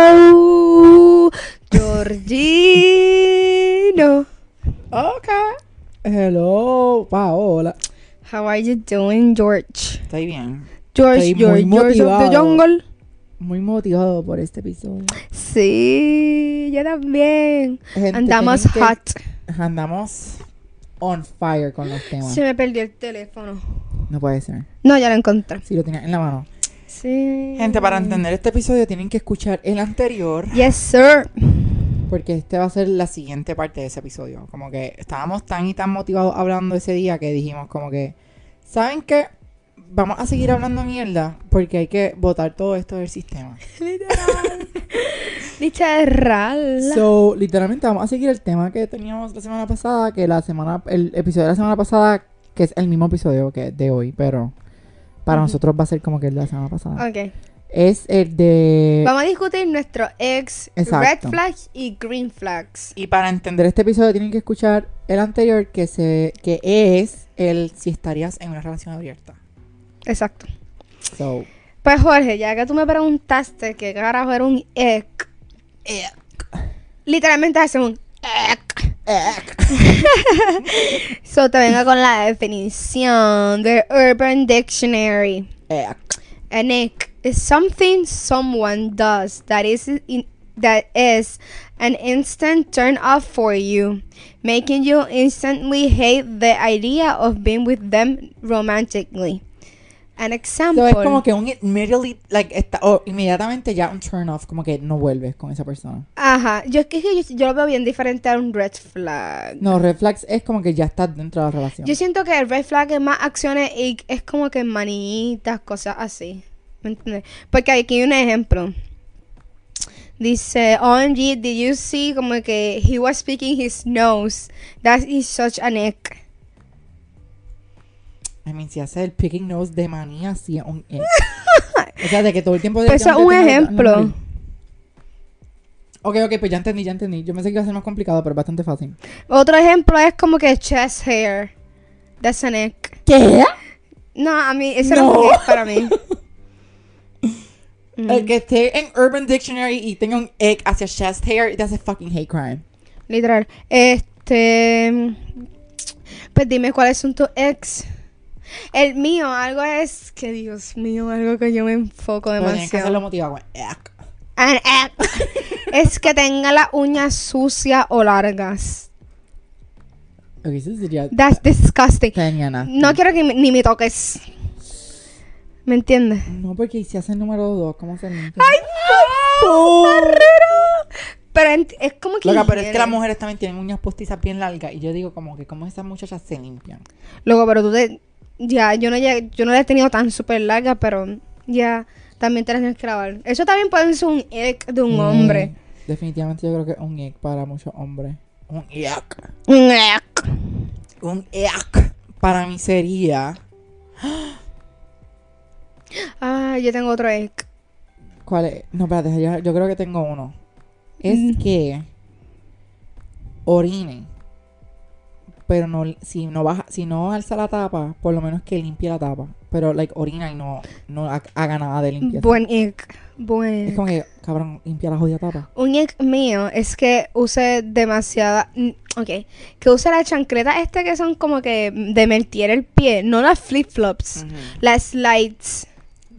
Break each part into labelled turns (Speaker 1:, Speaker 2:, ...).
Speaker 1: Hello, Georgino.
Speaker 2: Okay. Hello, Paola.
Speaker 1: How are you doing, George?
Speaker 2: Estoy bien.
Speaker 1: George,
Speaker 2: Estoy
Speaker 1: George,
Speaker 2: muy
Speaker 1: George of the
Speaker 2: motivado.
Speaker 1: Jungle.
Speaker 2: Muy motivado por este episodio.
Speaker 1: Sí, yo también.
Speaker 2: Gente,
Speaker 1: Andamos
Speaker 2: tienen
Speaker 1: hot.
Speaker 2: que- Andamos on fire con los temas.
Speaker 1: Se me perdió el teléfono.
Speaker 2: No puede ser.
Speaker 1: No, ya lo encontré.
Speaker 2: Si lo tenías en la mano.
Speaker 1: Sí.
Speaker 2: Gente, para entender este episodio tienen que escuchar el anterior.
Speaker 1: Yes, sir.
Speaker 2: Porque este va a ser la siguiente parte de ese episodio. Como que estábamos tan y tan motivados hablando ese día que dijimos como que, ¿saben qué? Vamos a seguir hablando mierda porque hay que botar todo esto del sistema.
Speaker 1: Literal.
Speaker 2: So, literalmente vamos a seguir el tema que teníamos la semana pasada, que la semana, el episodio de la semana pasada, que es el mismo episodio que de hoy, pero para
Speaker 1: Ujú.
Speaker 2: nosotros va a ser como que el de la semana pasada.
Speaker 1: Ok.
Speaker 2: Es el de...
Speaker 1: Vamos a discutir nuestro ex red
Speaker 2: Exacto.
Speaker 1: flags y green flags.
Speaker 2: Y para entender este episodio tienen que escuchar el anterior que se que es el si estarías en una relación abierta.
Speaker 1: Exacto.
Speaker 2: So,
Speaker 1: Pues Jorge, ya que tú me preguntaste qué carajo era un ec, ec. literalmente hace un ec. So te vengo con la definición de Urban Dictionary. An ec is something someone does that is in, that is an instant turn off for you, making you instantly hate the idea of being with them romantically. An example.
Speaker 2: So, es como que un immediately like está o inmediatamente ya un turn off, como que no vuelves con esa persona.
Speaker 1: Ajá, yo es que yo, yo lo veo bien diferente a un red flag.
Speaker 2: No, red flags es como que ya estás dentro de la relación.
Speaker 1: Yo siento que el red flag es más acciones y es como que manitas, cosas así. ¿Me entiendes? Porque aquí hay un ejemplo. Dice, OMG, did you see como que he was picking his nose? That is such an ick.
Speaker 2: I mean, si haces el picking nose de manía, sí es un ick. o sea, de que todo el tiempo...
Speaker 1: Pues eso es un
Speaker 2: tenga-
Speaker 1: ejemplo.
Speaker 2: no, no, no. Ok, ok, pues ya entendí, ya entendí. Yo pensé que iba a ser más complicado, pero es bastante fácil.
Speaker 1: Otro ejemplo es como que chest hair. That's an ick.
Speaker 2: ¿Qué?
Speaker 1: No, a mí, eso no, es
Speaker 2: No.
Speaker 1: un ick para mí. Mm.
Speaker 2: El que esté en Urban Dictionary y tenga un egg hacia chest hair, that's a fucking hate crime.
Speaker 1: Literal. Este. Pues dime cuáles son tus ex. El mío, algo es que Dios mío, algo que yo me enfoco
Speaker 2: Pero tienes que hacerlo
Speaker 1: demasiado.
Speaker 2: motivado con egg.
Speaker 1: An ex es que tenga las uñas sucias o largas.
Speaker 2: Ok, eso sería
Speaker 1: That's disgusting.
Speaker 2: Tanyana.
Speaker 1: No quiero que mi- ni me toques. ¿Me entiendes?
Speaker 2: No, porque si hace el número 2, ¿cómo se limpia?
Speaker 1: ¡Ay, no! ¡Está raro! Pero ent- es como que.
Speaker 2: Loca, pero es que
Speaker 1: higiene.
Speaker 2: las mujeres también tienen uñas postizas bien largas. Y yo digo, como que, ¿cómo esas muchachas se limpian?
Speaker 1: Loco, pero tú te. Ya, yo no, lle- yo no la he tenido tan súper larga, pero ya. También te la tienes que lavar. Eso también puede ser un ick de un
Speaker 2: Mm,
Speaker 1: hombre.
Speaker 2: Definitivamente yo creo que es un egg para muchos hombres. Un egg.
Speaker 1: Un ick.
Speaker 2: Un egg. Para mí sería.
Speaker 1: Ah, yo tengo otro ick.
Speaker 2: ¿Cuál es? No, espérate, yo, yo creo que tengo uno. Es
Speaker 1: Mm.
Speaker 2: que orinen. Pero no, si no baja, si no alza la tapa, por lo menos que limpie la tapa. Pero like orina y no, no ha- haga nada de limpieza.
Speaker 1: Buen ick. Buen.
Speaker 2: Es como que, cabrón, limpia la jodida tapa.
Speaker 1: Un ick mío es que use demasiada. mm, Ok. Que use las chancletas estas que son como que de meltier el pie. No las flip-flops. Las slides.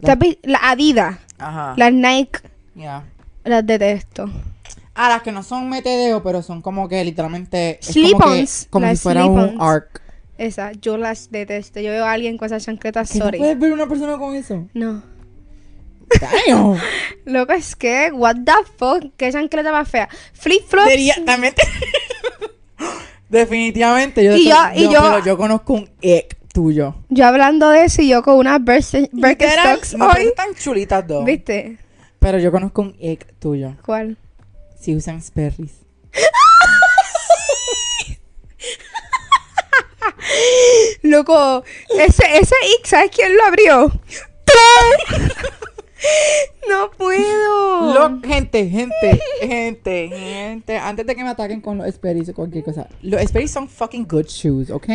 Speaker 2: Las-
Speaker 1: ¿Te has vi- Las Adidas.
Speaker 2: Ajá.
Speaker 1: Las Nike.
Speaker 2: ya.
Speaker 1: Las detesto.
Speaker 2: Ah, las que no son metedeo, pero son como que literalmente. es como, que-
Speaker 1: Slip-ons,
Speaker 2: como si
Speaker 1: las
Speaker 2: fuera un
Speaker 1: slip-ons.
Speaker 2: arc.
Speaker 1: Esa, yo las detesto. Yo veo a alguien con esas chancletas,
Speaker 2: ¿Que no
Speaker 1: sorry.
Speaker 2: puedes ver una persona con eso?
Speaker 1: No.
Speaker 2: Damn.
Speaker 1: Loco, es que, what the fuck, qué chancleta más fea. Flip flops.
Speaker 2: Sería, también te- Definitivamente. Yo,
Speaker 1: Y yo- y yo-
Speaker 2: pero yo conozco un egg tuyo.
Speaker 1: Yo hablando de eso y yo con unas Birken- Birkenstocks
Speaker 2: No, pero
Speaker 1: hoy.
Speaker 2: están chulitas dos.
Speaker 1: ¿Viste?
Speaker 2: Pero yo conozco un egg tuyo.
Speaker 1: ¿Cuál?
Speaker 2: Si usan Sperry's.
Speaker 1: Loco, ese, ese ick, ¿sabes quién lo abrió? ¡Tú! no puedo.
Speaker 2: Lo- gente, gente, gente, gente. Antes de que me ataquen con los Sperry's o cualquier cosa. Los Sperry's son fucking good shoes, ¿ok?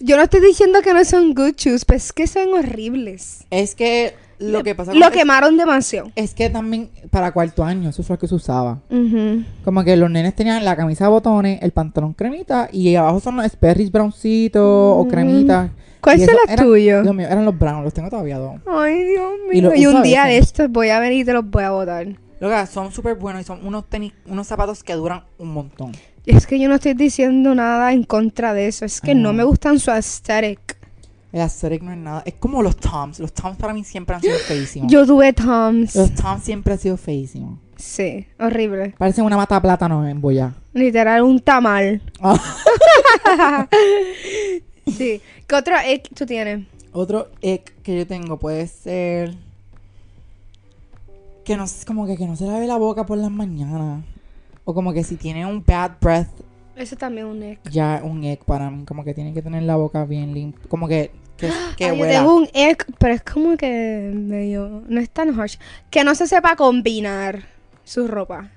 Speaker 1: yo no estoy diciendo que no son good shoes, pero es que son horribles.
Speaker 2: Es que lo que pasa con
Speaker 1: Lo quemaron demasiado.
Speaker 2: es que también para cuarto año, eso fue lo que se usaba.
Speaker 1: Ujú.
Speaker 2: Como que los nenes tenían la camisa de botones, el pantalón cremita y ahí abajo son los Sperry's broncitos o cremitas.
Speaker 1: Mm. ¿Cuál
Speaker 2: Y
Speaker 1: son
Speaker 2: eso
Speaker 1: los
Speaker 2: eran-
Speaker 1: tuyos?
Speaker 2: Dios mío, eran los brown, los tengo todavía dos.
Speaker 1: Ay, Dios mío.
Speaker 2: Y
Speaker 1: Y,
Speaker 2: lo usa
Speaker 1: un
Speaker 2: a
Speaker 1: día de
Speaker 2: veces.
Speaker 1: estos voy a venir y te los voy a botar.
Speaker 2: Loca, son súper buenos y son unos tenis, unos zapatos que duran un montón.
Speaker 1: Es que yo no estoy diciendo nada en contra de eso. Es que no
Speaker 2: Ah.
Speaker 1: me gustan su aesthetic.
Speaker 2: El aesthetic no es nada. Es como los Toms. Los Toms para mí siempre han sido feísimos.
Speaker 1: Yo tuve Toms.
Speaker 2: Los Toms siempre han sido feísimos.
Speaker 1: Sí, horrible.
Speaker 2: Parecen una mata de plátano en Boyá.
Speaker 1: Literal, un tamal.
Speaker 2: Ah.
Speaker 1: Sí. ¿Qué otro egg tú tienes?
Speaker 2: Otro ick que yo tengo puede ser. Que no sé, como que, que no se lave la boca por las mañanas. O como que si tiene un bad breath,
Speaker 1: Eso también un egg.
Speaker 2: ya es un ick para mí. Como que tiene que tener la boca bien limpia. Como que. Que, que
Speaker 1: Ay, yo
Speaker 2: huela.
Speaker 1: tengo un egg, pero es como que medio. No es tan harsh. Que no se sepa combinar su ropa.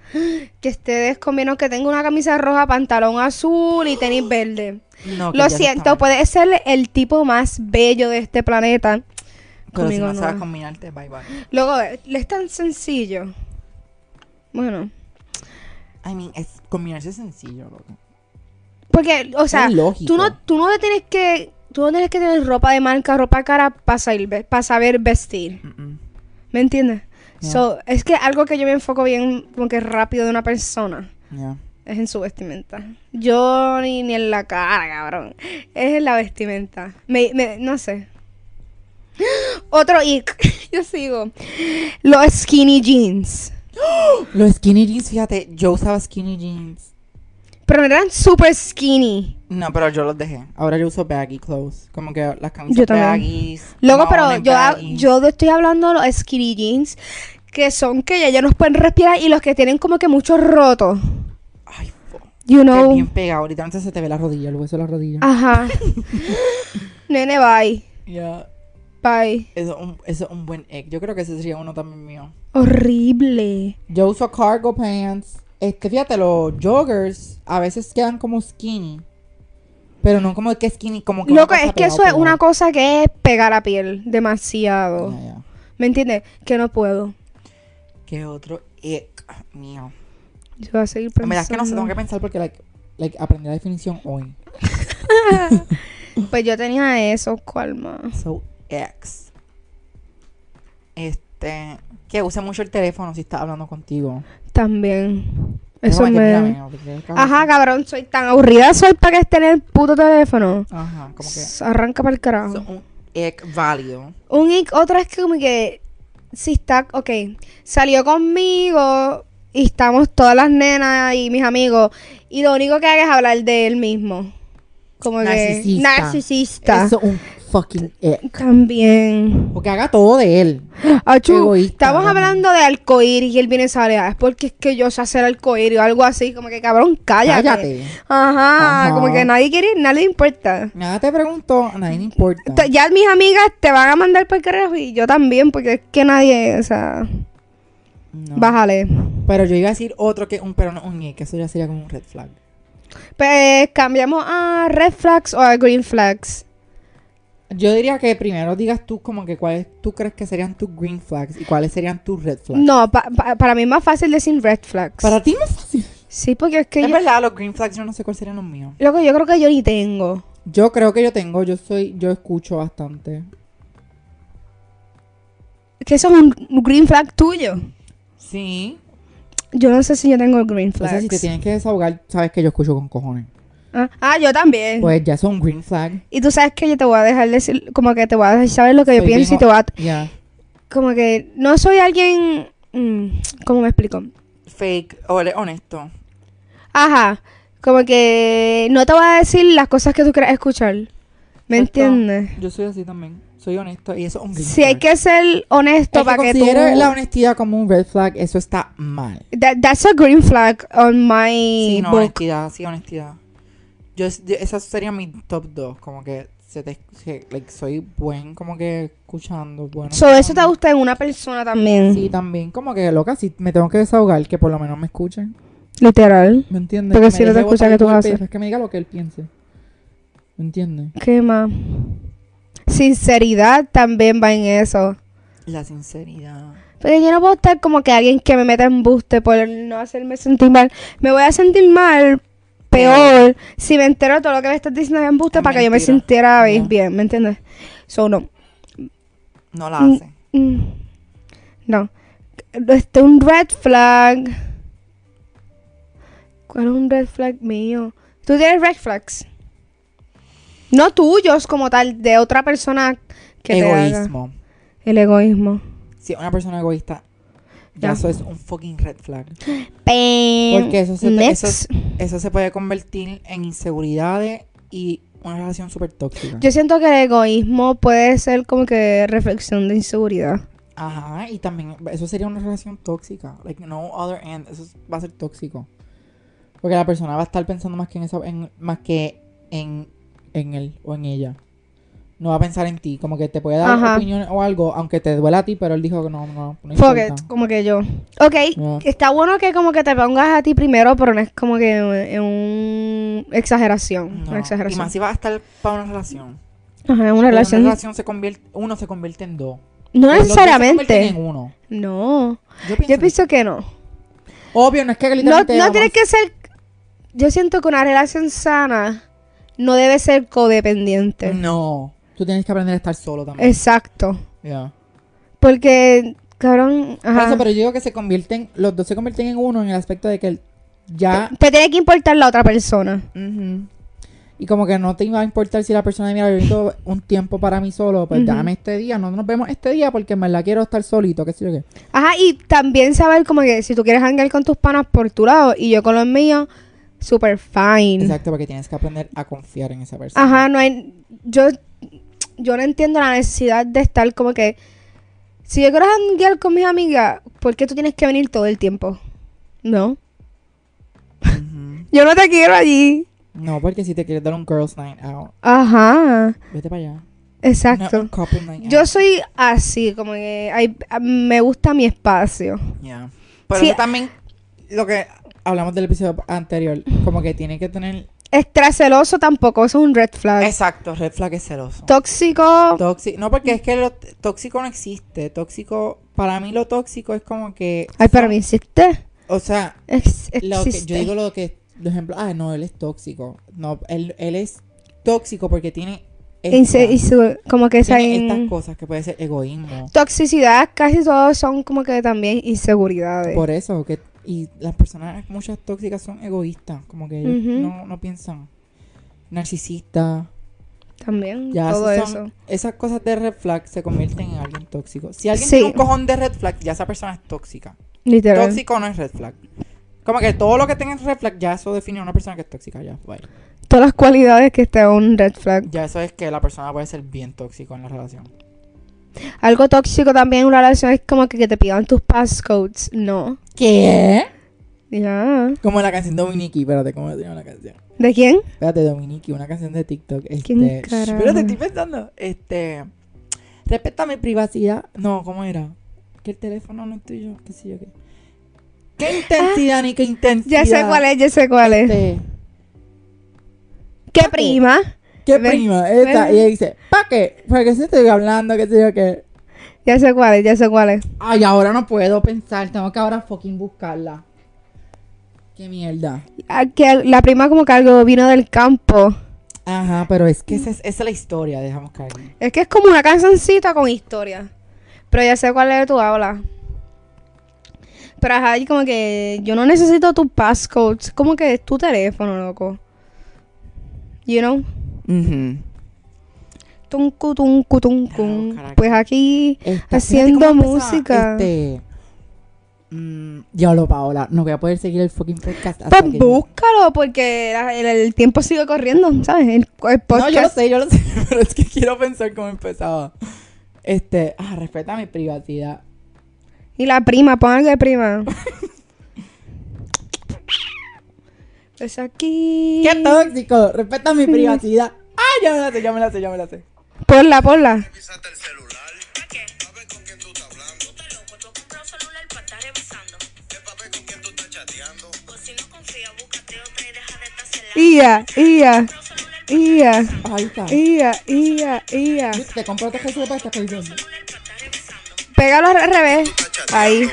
Speaker 1: Que ustedes combinen que tenga una camisa roja, pantalón azul y tenis verde.
Speaker 2: No, que
Speaker 1: Lo
Speaker 2: ya eso está
Speaker 1: siento,
Speaker 2: mal.
Speaker 1: puede ser el tipo más bello de este planeta.
Speaker 2: Pero si
Speaker 1: conmigo
Speaker 2: no,
Speaker 1: no.
Speaker 2: sabes combinarte, bye bye.
Speaker 1: Luego, eh, le es tan sencillo. Bueno,
Speaker 2: I mean, es combinarse es sencillo, loco.
Speaker 1: porque, o sea,
Speaker 2: lógico.
Speaker 1: tú no, tú no le tienes que. Tú no tienes que tener ropa de marca, ropa cara para saber vestir.
Speaker 2: Mm-mm.
Speaker 1: ¿Me entiendes?
Speaker 2: Ya.
Speaker 1: So, es que algo que yo me enfoco bien, como que rápido de una persona,
Speaker 2: Ya.
Speaker 1: es en su vestimenta. Yo ni, ni en la cara, cabrón. Es en la vestimenta. Me, me- no sé. Otro ick. yo sigo. Los skinny jeans.
Speaker 2: Los skinny jeans, fíjate, yo usaba skinny jeans.
Speaker 1: Pero no eran super skinny.
Speaker 2: No, pero yo los dejé. Ahora yo uso baggy clothes. Como que las camisas
Speaker 1: Yo también.
Speaker 2: baggies.
Speaker 1: Luego, pero
Speaker 2: maones
Speaker 1: yo, ha-
Speaker 2: baggy.
Speaker 1: yo de- estoy hablando de los skinny jeans, que son que ya, ya nos pueden respirar y los que tienen como que mucho roto.
Speaker 2: Ay, fuck.
Speaker 1: You
Speaker 2: Qué
Speaker 1: know.
Speaker 2: bien pegado. Ahorita antes se te ve la rodilla, el hueso de la rodilla.
Speaker 1: Ajá. Nene, bye.
Speaker 2: Ya.
Speaker 1: Bye.
Speaker 2: Eso es un, eso es un buen egg. Yo creo que ese sería uno también mío.
Speaker 1: Horrible.
Speaker 2: Yo uso cargo pants. Este, fíjate, los joggers a veces quedan como skinny. Pero no como que skinny, como que. una
Speaker 1: Loco,
Speaker 2: cosa
Speaker 1: es que
Speaker 2: pegado,
Speaker 1: eso es
Speaker 2: pegado.
Speaker 1: una cosa que es pegar a piel demasiado.
Speaker 2: Ya, ya.
Speaker 1: ¿Me entiendes? Que no puedo.
Speaker 2: ¿Qué otro egg mío?
Speaker 1: Yo voy a seguir
Speaker 2: En
Speaker 1: pensando.
Speaker 2: verdad es que no sé, tengo que pensar porque, like, like aprendí la definición hoy.
Speaker 1: Pues yo tenía eso, ¿cuál más?
Speaker 2: So, ex. Este. Que usa mucho el teléfono si está hablando contigo.
Speaker 1: También.
Speaker 2: Es
Speaker 1: Eso
Speaker 2: como que mírame,
Speaker 1: me...
Speaker 2: ¿no? Porque es como-
Speaker 1: Ajá, cabrón, soy tan aburrida soy para que esté en el puto teléfono.
Speaker 2: Ajá, como que.
Speaker 1: S- Arranca para el carajo.
Speaker 2: So, un ex válido.
Speaker 1: Un ic, otra es que como que si está, ok, salió conmigo y estamos todas las nenas y mis amigos y lo único que haga es hablar de él mismo. Como que
Speaker 2: Narcisista.
Speaker 1: narcisista.
Speaker 2: Eso es un fucking ex.
Speaker 1: También.
Speaker 2: Porque haga todo de él.
Speaker 1: Achú,
Speaker 2: Egoísta,
Speaker 1: estamos
Speaker 2: también.
Speaker 1: hablando de alcohíris y él viene y sale, "Ah, es porque es que yo sé hacer alcohíris o algo así, como que cabrón, cállate.
Speaker 2: Cállate.
Speaker 1: Ajá,
Speaker 2: Ajá.
Speaker 1: como que nadie quiere, nadie le importa.
Speaker 2: Nada te pregunto, a nadie le importa.
Speaker 1: T- Ya mis amigas te van a mandar por el carajo y yo también, porque es que nadie, o sea,
Speaker 2: No.
Speaker 1: bájale.
Speaker 2: Pero yo iba a decir otro que un pero no un ex. Eso ya sería como un red flag.
Speaker 1: Pues cambiamos a red flags o a green flags.
Speaker 2: Yo diría que primero digas tú como que cuáles tú crees que serían tus green flags y cuáles serían tus red flags.
Speaker 1: No, pa- pa- para mí es más fácil decir red flags.
Speaker 2: Para ti es más fácil.
Speaker 1: Sí, porque es que
Speaker 2: Es
Speaker 1: yo,
Speaker 2: verdad, los green flags yo no sé cuáles serían los míos.
Speaker 1: loco, yo creo que yo ni tengo.
Speaker 2: Yo creo que yo tengo, yo soy, yo escucho bastante.
Speaker 1: Que eso es un un green flag tuyo.
Speaker 2: Sí.
Speaker 1: Yo no sé si yo tengo el green
Speaker 2: O
Speaker 1: flag.
Speaker 2: sea, si te tienes que desahogar, sabes que yo escucho con cojones.
Speaker 1: ah, ah, yo también.
Speaker 2: Pues ya son green flag.
Speaker 1: Y tú sabes que yo te voy a dejar decir, como que te voy a dejar saber lo que yo
Speaker 2: Soy
Speaker 1: pienso
Speaker 2: bien
Speaker 1: y te voy a...
Speaker 2: Ya.
Speaker 1: Como que no soy alguien... mm, ¿Cómo me explico?
Speaker 2: Fake, o eres honesto.
Speaker 1: Ajá. Como que no te voy a decir las cosas que tú quieres escuchar. ¿Me
Speaker 2: Exacto.
Speaker 1: entiendes?
Speaker 2: Yo soy así también. Soy honesto y eso es un green
Speaker 1: Si hay
Speaker 2: flag.
Speaker 1: que ser honesto
Speaker 2: El que
Speaker 1: para que tú...
Speaker 2: considere la honestidad como un red flag, eso está mal.
Speaker 1: That- that's a green flag on my
Speaker 2: Sí, no,
Speaker 1: book.
Speaker 2: honestidad, sí, honestidad. Yo, es- yo- esas serían mis top dos, como que se te, se- like, soy buen, como que escuchando, bueno.
Speaker 1: So, eso te
Speaker 2: escuchando.
Speaker 1: gusta en una persona también.
Speaker 2: Sí, también, como que loca, si me tengo que desahogar, que por lo menos me escuchen.
Speaker 1: Literal.
Speaker 2: ¿Me entiendes?
Speaker 1: Porque
Speaker 2: Que
Speaker 1: si
Speaker 2: me
Speaker 1: no te
Speaker 2: deje
Speaker 1: escucha,
Speaker 2: botar
Speaker 1: ¿qué tú
Speaker 2: el
Speaker 1: vas a
Speaker 2: golpe,
Speaker 1: hacer?
Speaker 2: Es que me diga lo que él piense. ¿Me entiendes?
Speaker 1: ¿Qué más? Sinceridad también va en eso.
Speaker 2: La sinceridad.
Speaker 1: Porque yo no puedo estar como que alguien que me meta en buste por no hacerme sentir mal. Me voy a sentir mal peor si me entero de todo lo que me estás diciendo en buste
Speaker 2: Es
Speaker 1: para que yo me
Speaker 2: mentira.
Speaker 1: sintiera bien,
Speaker 2: Ya.
Speaker 1: bien, ¿me entiendes? So, no.
Speaker 2: No la hace.
Speaker 1: Mm. No. Este, un red flag. ¿Cuál es un red flag mío? ¿Tú tienes red flags? No tuyos como tal, de otra persona que te haga.
Speaker 2: Egoísmo.
Speaker 1: El egoísmo.
Speaker 2: Si es una persona egoísta, ya
Speaker 1: Ya.
Speaker 2: eso es un fucking red flag.
Speaker 1: Porque
Speaker 2: Porque eso se, te- eso, eso se puede convertir en inseguridades y una relación súper tóxica.
Speaker 1: Yo siento que el egoísmo puede ser como que reflexión de inseguridad.
Speaker 2: Ajá, y también eso sería una relación tóxica. Like, no other end. Eso es- va a ser tóxico. Porque la persona va a estar pensando más que en esa, en- más que en, en él o en ella. No va a pensar en ti. Como que te puede dar
Speaker 1: Ajá.
Speaker 2: opinión o algo, aunque te duela a ti, pero él dijo que no, no, no
Speaker 1: Fuck
Speaker 2: importa.
Speaker 1: it, como que yo. Ok,
Speaker 2: Ya.
Speaker 1: está bueno que como que te pongas a ti primero, pero no es como que en un exageración.
Speaker 2: No.
Speaker 1: Una
Speaker 2: Y
Speaker 1: exageración.
Speaker 2: más si vas a estar para una relación.
Speaker 1: Ajá, una
Speaker 2: Pero
Speaker 1: relación.
Speaker 2: Una relación se convierte, uno se convierte en dos.
Speaker 1: no
Speaker 2: Los dos se convierten
Speaker 1: necesariamente.
Speaker 2: en uno.
Speaker 1: No.
Speaker 2: Yo pienso,
Speaker 1: Yo pienso que no.
Speaker 2: Obvio, no es que
Speaker 1: No,
Speaker 2: literalmente
Speaker 1: no
Speaker 2: vamos-
Speaker 1: tiene que ser. Yo siento que una relación sana no debe ser codependiente.
Speaker 2: Mm. No. Tú tienes que aprender a estar solo también.
Speaker 1: Exacto.
Speaker 2: Ya.
Speaker 1: Porque, cabrón.
Speaker 2: Por
Speaker 1: Ajá.
Speaker 2: eso, pero yo digo que se convierten, los dos se convierten en uno en el aspecto de que el- ya.
Speaker 1: Te tiene que importar la otra persona.
Speaker 2: Ujú. Y como que no te iba a importar si la persona, mira, yo necesito un tiempo para mí solo, pues
Speaker 1: Ujú.
Speaker 2: dame este día, no nos vemos este día porque en verdad quiero estar solito, qué sé yo qué.
Speaker 1: Ajá, y también saber como que si tú quieres hangar con tus panas por tu lado y yo con los míos, super fine.
Speaker 2: Exacto, porque tienes que aprender a confiar en esa persona.
Speaker 1: Ajá, no hay. Yo, yo no entiendo la necesidad de estar como que. Si yo quiero hangar con mis amigas, ¿por qué tú tienes que venir todo el tiempo? No.
Speaker 2: Ujú.
Speaker 1: Yo no te quiero allí.
Speaker 2: No, porque si te quieres dar un girls night out,
Speaker 1: Ajá,
Speaker 2: vete para allá. No,
Speaker 1: exacto.
Speaker 2: un couple night out.
Speaker 1: Yo soy así, como que hay- me gusta mi espacio.
Speaker 2: Ya. Pero
Speaker 1: Sí.
Speaker 2: eso también, lo que hablamos del episodio anterior, como que tiene que tener.
Speaker 1: Extraceloso tampoco, eso es un red flag.
Speaker 2: Exacto, red flag es celoso.
Speaker 1: Tóxico.
Speaker 2: Tóxico. No,
Speaker 1: Mm.
Speaker 2: porque es que lo t- tóxico no existe. Tóxico, para mí lo tóxico es como que.
Speaker 1: Ay, para mí existe.
Speaker 2: O sea,
Speaker 1: Ex-
Speaker 2: lo que,
Speaker 1: existe.
Speaker 2: yo digo lo que. Por ejemplo, ah, no, él es tóxico. No, él, él es tóxico porque tiene.
Speaker 1: Y se- y
Speaker 2: estas-
Speaker 1: su- como que esa
Speaker 2: tiene
Speaker 1: in-
Speaker 2: estas cosas que puede ser egoísmo.
Speaker 1: toxicidad casi todos son como que también inseguridades.
Speaker 2: Por eso, que y las personas, muchas tóxicas son egoístas, como que ellos
Speaker 1: Ujú.
Speaker 2: no, no piensan. Narcisistas,
Speaker 1: también
Speaker 2: ya
Speaker 1: todo
Speaker 2: esas
Speaker 1: eso.
Speaker 2: son- Esas cosas de red flag se convierten en alguien tóxico. Si alguien
Speaker 1: Sí.
Speaker 2: tiene un cojón de red flag, ya esa persona es tóxica.
Speaker 1: Literal.
Speaker 2: Tóxico no es red flag. Como que todo lo que tenga en red flag, ya eso define a una persona que es tóxica, ya. bye.
Speaker 1: Todas las cualidades que está un red flag.
Speaker 2: Ya eso es que la persona puede ser bien tóxico en la relación.
Speaker 1: Algo tóxico también en una relación es como que, que te pidan tus passcodes. No.
Speaker 2: ¿Qué?
Speaker 1: Ya.
Speaker 2: Como la canción Dominiki, espérate, ¿cómo se llama la canción?
Speaker 1: ¿De quién?
Speaker 2: Espérate, Dominiki, una canción de TikTok.
Speaker 1: ¿Quién
Speaker 2: Este, shh,
Speaker 1: carajo?
Speaker 2: espérate, estoy pensando. Este. Respeta mi privacidad. No, ¿cómo era? Que el teléfono no es tuyo, qué sé yo qué. ¿Qué intensidad ni qué intensidad?
Speaker 1: Ah, Ya sé cuál es, ya sé cuál es.
Speaker 2: Este,
Speaker 1: ¿Qué
Speaker 2: ok.
Speaker 1: prima?
Speaker 2: ¿Qué
Speaker 1: Ven,
Speaker 2: prima? Esta.
Speaker 1: ven.
Speaker 2: Y ella dice, ¿pa' qué? ¿Para qué se estoy hablando? ¿Qué sé yo qué?
Speaker 1: Ya sé cuál es, ya sé cuál es.
Speaker 2: Ay, ahora no puedo pensar. Tengo que ahora fucking buscarla. Qué mierda.
Speaker 1: Ah, que la prima como que algo vino del campo.
Speaker 2: Ajá, pero es que esa es, esa es la historia, dejamos caer.
Speaker 1: Es que es como una cancioncita con historia. Pero ya sé cuál es tu habla. Pero ajá, y como que yo no necesito tu passcode. Es Como que es tu teléfono, loco. You know? Tuncu, tuncu, tuncu.
Speaker 2: Claro,
Speaker 1: Pues aquí.
Speaker 2: Esta-
Speaker 1: Haciendo
Speaker 2: fíjate cómo empezaba,
Speaker 1: música.
Speaker 2: Este. mm, diablo, Paola. No voy a poder seguir el fucking podcast. hasta
Speaker 1: Pues
Speaker 2: que yo-
Speaker 1: búscalo, porque la- el, el tiempo sigue corriendo, ¿sabes? El, el
Speaker 2: No, yo lo
Speaker 1: podcast.
Speaker 2: sé, yo lo sé. Pero es que quiero pensar cómo empezaba. Este. Ah, respeta mi privacidad.
Speaker 1: y la prima, pon algo de prima. pues aquí.
Speaker 2: ¡Qué tóxico! Respeta mi privacidad. ¡Ah, ya me la sé, ya me la sé, ya me la sé!
Speaker 1: Ponla, ponla.
Speaker 3: revisaste el celular. ¿Para qué? Para ver con quién tú estás hablando.
Speaker 4: Tú estás loco, tú has comprado celular para estar revisando.
Speaker 3: Es para ver con quién tú estás chateando.
Speaker 4: Pues si no confía, búscate otra y deja de estar celando.
Speaker 1: Ia, ia.
Speaker 4: Comprado celular
Speaker 1: ia,
Speaker 2: Ahí está.
Speaker 1: ia, ia, ia.
Speaker 2: Te compro otra receta y estás perdiendo.
Speaker 1: Pégalo al revés. Ahí.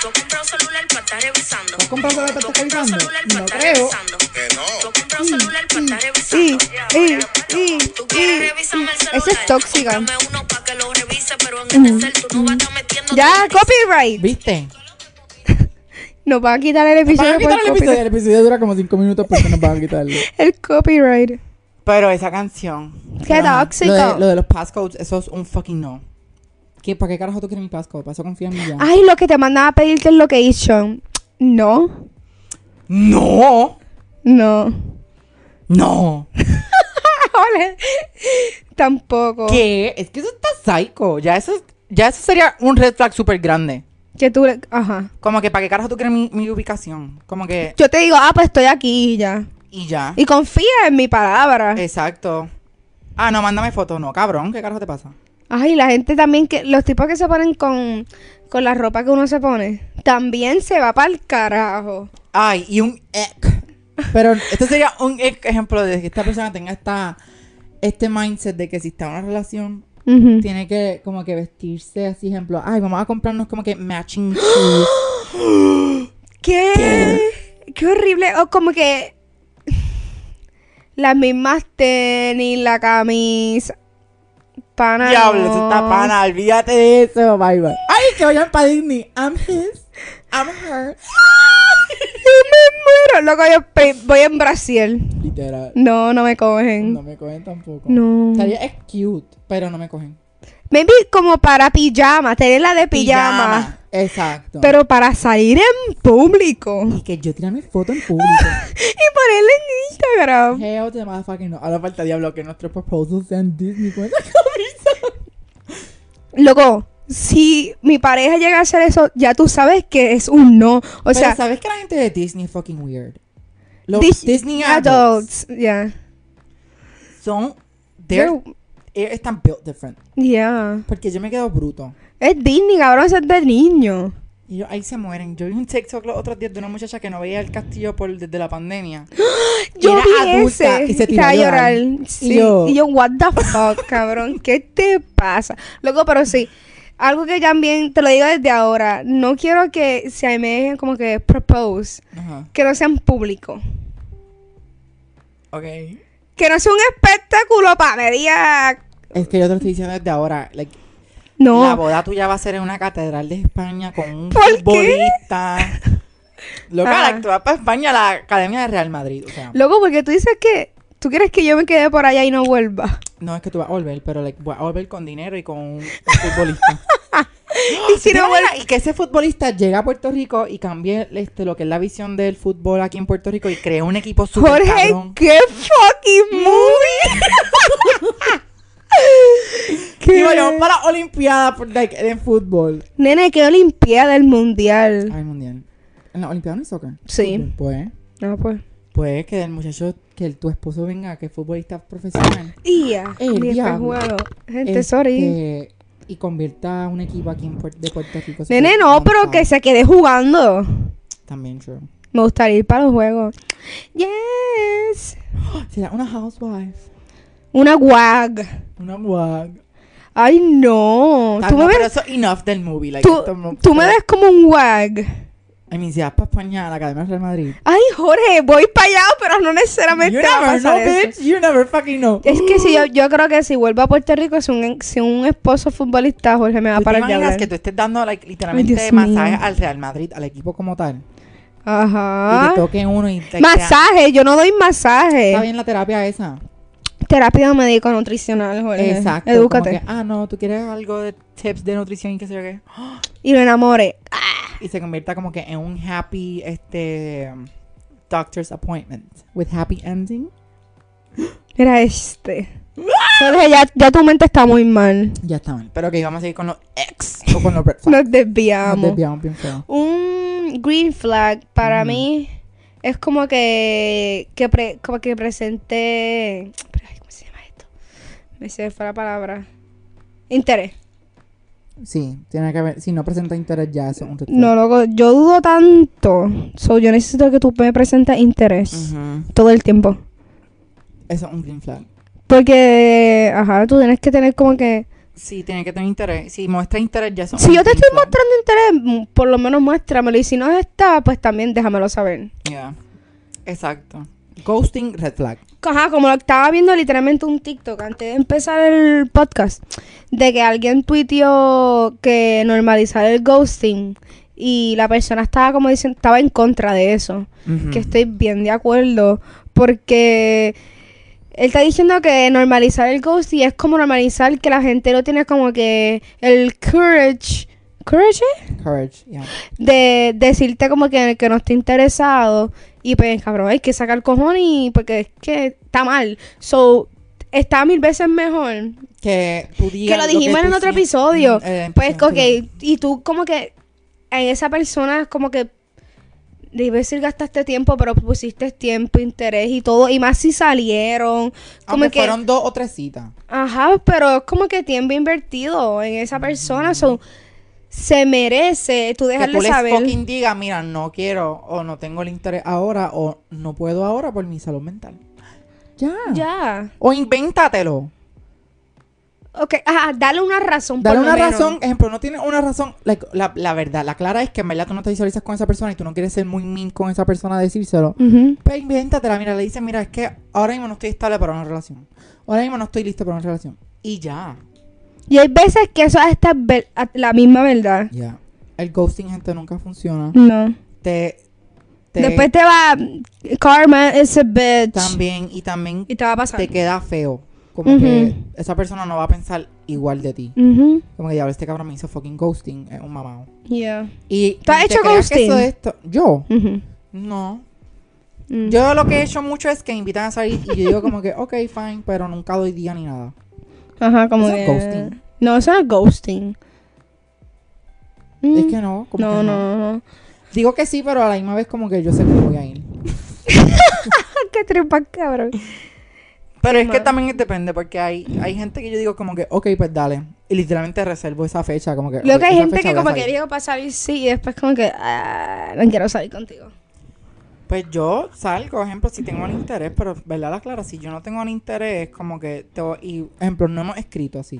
Speaker 4: Tú compras un celular para estar revisando.
Speaker 2: ¿Has comprado la que estás
Speaker 4: Compras un
Speaker 2: revisando?
Speaker 4: celular
Speaker 2: No
Speaker 4: para estar
Speaker 2: creo.
Speaker 4: revisando.
Speaker 3: Que
Speaker 4: Tú
Speaker 3: no.
Speaker 4: compras un celular para estar
Speaker 1: Y,
Speaker 4: revisando.
Speaker 1: y, y,
Speaker 4: Tú
Speaker 1: y.
Speaker 4: quieres revisarme el celular.
Speaker 1: Esa es tóxica.
Speaker 4: Cómprame uno para que lo revise, pero en el cel tú no vas a estar metiendo.
Speaker 1: Ya, copyright.
Speaker 2: ¿Viste?
Speaker 1: Nos van a quitar el
Speaker 2: Van
Speaker 1: episodio
Speaker 2: a
Speaker 1: por
Speaker 2: quitar el episodio.
Speaker 1: copyright.
Speaker 2: El episodio dura como 5 minutos porque nos van a quitarlo.
Speaker 1: El copyright.
Speaker 2: Pero esa canción.
Speaker 1: Qué
Speaker 2: Ajá.
Speaker 1: tóxico.
Speaker 2: Lo de, lo de los passcodes, eso es un fucking no. ¿Qué, ¿Para qué carajo tú quieres mi passcode? Para eso confía en mí ya.
Speaker 1: Ay, lo que te mandaba a pedirte es location. No,
Speaker 2: ¡No!
Speaker 1: no.
Speaker 2: ¡No!
Speaker 1: Ole. Tampoco.
Speaker 2: ¿Qué? Es que eso está psycho. Ya eso, es- ya eso sería un red flag súper grande.
Speaker 1: Que tú le- Ajá.
Speaker 2: Como que, ¿para qué carajo tú quieres mi, mi ubicación? Como que,
Speaker 1: Yo te digo, ah, pues estoy aquí y ya.
Speaker 2: y ya.
Speaker 1: Y confía en mi palabra.
Speaker 2: Eh. Exacto. Ah, no, mándame fotos. No, cabrón, ¿qué carajo te pasa?
Speaker 1: Ay, la gente también que. Los tipos que se ponen con, con la ropa que uno se pone. También se va para el carajo.
Speaker 2: Ay, y un ek. Pero esto sería un ek ejemplo de que esta persona tenga esta, este mindset de que si está en una relación,
Speaker 1: Ujú.
Speaker 2: tiene que como que vestirse así, ejemplo. Ay, vamos a comprarnos como que matching shoes.
Speaker 1: ¿Qué? ¿Qué? horrible. O como que. Las mismas tenis, la camisa. Pana.
Speaker 2: Diablo,
Speaker 1: no.
Speaker 2: eso está pana, olvídate de eso, bye bye. Ay, que vayan para Disney. I'm his, I'm her.
Speaker 1: Yo me muero. Loco, yo pe- voy en Brasil.
Speaker 2: Literal.
Speaker 1: No, no me cogen.
Speaker 2: No me cogen tampoco.
Speaker 1: Mm. No.
Speaker 2: Estaría es cute, pero no me cogen.
Speaker 1: Maybe como para pijama, tener la de pijama.
Speaker 2: Exacto.
Speaker 1: Pero para salir en público.
Speaker 2: Y que yo tira mi foto en público.
Speaker 1: Y ponerla en Instagram.
Speaker 2: Hell the motherfucking no. Ahora falta diablo que nuestros proposals sean Disney pues. con esa camisa.
Speaker 1: Loco, si mi pareja llega a hacer eso, ya tú sabes que es un no. O sea,
Speaker 2: ¿sabes que la gente de Disney es fucking weird? Los
Speaker 1: dis-
Speaker 2: Disney adults
Speaker 1: adults. Yeah.
Speaker 2: son. They're, eh,
Speaker 1: They're-
Speaker 2: están built different.
Speaker 1: yeah.
Speaker 2: Porque yo me quedo bruto.
Speaker 1: Es Disney, cabrón, eso es de niño.
Speaker 2: Y ellos ahí se mueren. Yo vi un TikTok los otros días de una muchacha que no veía el castillo por, desde la pandemia.
Speaker 1: Yo
Speaker 2: Era
Speaker 1: vi
Speaker 2: adulta
Speaker 1: ese
Speaker 2: y se tiró
Speaker 1: estaba
Speaker 2: a llorar.
Speaker 1: Sí,
Speaker 2: Y yo-
Speaker 1: y yo, what the fuck, cabrón, ¿qué te pasa? Loco, pero sí, algo que también te lo digo desde ahora, no quiero que se me como que propose,
Speaker 2: Ajá.
Speaker 1: que no sean público.
Speaker 2: Ok.
Speaker 1: Que no sea un espectáculo para media.
Speaker 2: Es que yo te lo estoy diciendo desde ahora. like,
Speaker 1: No.
Speaker 2: La boda tuya va a ser en una catedral de España con un
Speaker 1: ¿Por qué?
Speaker 2: futbolista. Loca,
Speaker 1: Ajá.
Speaker 2: la que va para España, la Academia de Real Madrid. O sea,
Speaker 1: Loco, porque tú dices que tú quieres que yo me quede por allá y no vuelva.
Speaker 2: no es que tú vas a volver, pero like, vas a volver con dinero y con un, un futbolista.
Speaker 1: Y si
Speaker 2: ¿Te
Speaker 1: no vuelvo.
Speaker 2: imaginas? Y que ese futbolista llegue a Puerto Rico y cambie este, lo que es la visión del fútbol aquí en Puerto Rico y cree un equipo súper
Speaker 1: Jorge,
Speaker 2: cabrón.
Speaker 1: qué fucking movie.
Speaker 2: Y vayamos para la Olimpiada por- like, en fútbol.
Speaker 1: Nene, qué olimpiada el mundial.
Speaker 2: Ay, mundial. ¿En la Olimpiada no hay soccer?
Speaker 1: Sí.
Speaker 2: Fútbol, Pues,
Speaker 1: No, pues.
Speaker 2: pues que el muchacho, que el- tu esposo venga, que es futbolista profesional.
Speaker 1: Y ya.
Speaker 2: El
Speaker 1: ni después
Speaker 2: diablo.
Speaker 1: juego. Gente,
Speaker 2: este,
Speaker 1: sorry.
Speaker 2: Y convierta un equipo aquí en Puer- de Puerto Rico.
Speaker 1: Nene, no, pero que se quede jugando.
Speaker 2: También true.
Speaker 1: Me gustaría ir para los juegos. Yes.
Speaker 2: Será una housewife.
Speaker 1: Una wag.
Speaker 2: Una wag.
Speaker 1: Ay, no.
Speaker 2: Ah,
Speaker 1: Tú
Speaker 2: no,
Speaker 1: me
Speaker 2: pero
Speaker 1: ves.
Speaker 2: eso enough del movie. Like,
Speaker 1: Tú,
Speaker 2: esto no-
Speaker 1: tú me ves como un wag.
Speaker 2: I mean, si vas para España, a la Academia Real Madrid.
Speaker 1: Ay, Jorge, voy para allá, pero no necesariamente
Speaker 2: you
Speaker 1: va a
Speaker 2: never know,
Speaker 1: pasar eso. Eh,
Speaker 2: bitch. You never fucking know.
Speaker 1: Es que si yo, yo creo que si vuelvo a Puerto Rico, si un, si un esposo futbolista, Jorge me va a
Speaker 2: ¿Tú te
Speaker 1: parar de
Speaker 2: imaginas
Speaker 1: hablar.
Speaker 2: que tú estés dando like, literalmente
Speaker 1: Dios mío.
Speaker 2: masajes al Real Madrid, al equipo como tal? Y
Speaker 1: Ajá.
Speaker 2: te toque uno y te
Speaker 1: Ah. Masaje, yo no doy
Speaker 2: te- Está
Speaker 1: masaje.
Speaker 2: bien la terapia esa.
Speaker 1: Terapia médico nutricional, Jorge.
Speaker 2: Exacto.
Speaker 1: Edúcate.
Speaker 2: como que, ah, no, tú quieres algo de tips de nutrición y qué sé yo qué.
Speaker 1: Y lo enamore.
Speaker 2: y se convierta como que en un happy este um, doctor's appointment with happy ending.
Speaker 1: Era este. Jorge, ya, ya tu mente está muy mal.
Speaker 2: Ya está mal. Pero que vamos a seguir con los ex o con los red flags.
Speaker 1: Nos desviamos.
Speaker 2: Nos desviamos bien feo.
Speaker 1: Un green flag para mí es como que, que pre- como que presente. pero, ay, ¿Cómo se llama esto? Me se me fue la palabra. Interés.
Speaker 2: Sí, tiene que ver. Si no presenta interés, ya eso es un red flag.
Speaker 1: No, loco, yo dudo tanto. So, yo necesito que tú me presentes interés
Speaker 2: Ujú.
Speaker 1: todo el tiempo.
Speaker 2: Eso es un green flag.
Speaker 1: Porque, ajá, tú tienes que tener como que...
Speaker 2: Sí, tiene que tener interés. Si muestra interés, ya son.
Speaker 1: Si yo te estoy mostrando interés, mm, por lo menos muéstramelo. Y si no está, pues también déjamelo saber.
Speaker 2: Exacto. Ghosting, red flag.
Speaker 1: Ajá, como lo estaba viendo literalmente un TikTok antes de empezar el podcast, de que alguien tuiteó que normalizar el ghosting y la persona estaba como diciendo, estaba en contra de eso.
Speaker 2: Ujú.
Speaker 1: Que estoy bien de acuerdo, porque él está diciendo que normalizar el ghosting es como normalizar que la gente no tiene como que el courage. ¿Courage? es?
Speaker 2: Courage, yeah.
Speaker 1: de decirte como que, que no está interesado y pues cabrón hay que sacar cojón y porque es que está mal so está mil veces mejor
Speaker 2: Que tú digas
Speaker 1: que lo
Speaker 2: que
Speaker 1: dijimos en
Speaker 2: tú
Speaker 1: otro
Speaker 2: sientes.
Speaker 1: episodio
Speaker 2: Mm, eh,
Speaker 1: pues
Speaker 2: episodio anterior.
Speaker 1: ok y tú como que en esa persona como que le iba a decir gastaste tiempo pero pusiste tiempo interés y todo y más si salieron como
Speaker 2: Aunque
Speaker 1: que
Speaker 2: fueron dos o tres citas.
Speaker 1: Ajá, pero es como que tiempo invertido en esa persona, so, se merece tú
Speaker 2: Mm. Que
Speaker 1: dejarle
Speaker 2: tú les
Speaker 1: saber.
Speaker 2: fucking digas, mira, no quiero o no tengo el interés ahora o no puedo ahora por mi salud mental. Ya.
Speaker 1: Ya.
Speaker 2: O invéntatelo.
Speaker 1: Ok, ajá, dale una razón.
Speaker 2: Dale
Speaker 1: por lo
Speaker 2: una
Speaker 1: menos.
Speaker 2: razón, ejemplo, no tienes una razón. like, la, la verdad, la clara es que en verdad tú no te visualizas con esa persona y tú no quieres ser muy mean con esa persona, decírselo.
Speaker 1: Ujú.
Speaker 2: Pues invéntatela, mira, le dices, mira, es que ahora mismo no estoy estable para una relación. Ahora mismo no estoy listo para una relación. Y ya.
Speaker 1: Y hay veces que eso hasta es ver- a- la misma verdad.
Speaker 2: Ya. El ghosting, gente, nunca funciona.
Speaker 1: No.
Speaker 2: Te, te-
Speaker 1: Mm. Después te va. Karma is a bitch.
Speaker 2: También, y también
Speaker 1: Y te va a pasar.
Speaker 2: te queda feo. Como que
Speaker 1: Ujú.
Speaker 2: esa persona no va a pensar igual de ti.
Speaker 1: Ujú.
Speaker 2: Como que diablo, este cabrón me hizo fucking ghosting. Es un mamado.
Speaker 1: Yeah.
Speaker 2: Y
Speaker 1: ¿Tú has
Speaker 2: te
Speaker 1: hecho
Speaker 2: creas que
Speaker 1: ghosting?
Speaker 2: eso es esto- Yo.
Speaker 1: Ujú.
Speaker 2: No.
Speaker 1: Mm.
Speaker 2: Yo lo que he hecho mucho es que me invitan a salir y yo digo como que, ok, fine, pero nunca doy día ni nada.
Speaker 1: Ajá, como
Speaker 2: Eso es
Speaker 1: que-
Speaker 2: ghosting.
Speaker 1: No, eso no es ghosting.
Speaker 2: Es
Speaker 1: Mm.
Speaker 2: que no, como
Speaker 1: no,
Speaker 2: que
Speaker 1: no, no.
Speaker 2: Digo que sí, pero a la misma vez como que yo sé que no voy a ir.
Speaker 1: Ah, Qué tripa, cabrón.
Speaker 2: Pero es
Speaker 1: Ajá.
Speaker 2: que también depende, porque hay, hay gente que yo digo como que, ok, pues dale. Y literalmente reservo esa fecha, como que...
Speaker 1: Lo
Speaker 2: "Ok,
Speaker 1: que hay
Speaker 2: esa
Speaker 1: gente
Speaker 2: fecha
Speaker 1: que
Speaker 2: voy a
Speaker 1: como que
Speaker 2: salir".
Speaker 1: dijo para salir sí y después como que. Ah, no quiero salir contigo.
Speaker 2: Pues yo salgo, ejemplo, si tengo el interés, pero verdad la clara, si yo no tengo el interés, como que te voy- y ejemplo, no hemos escrito así,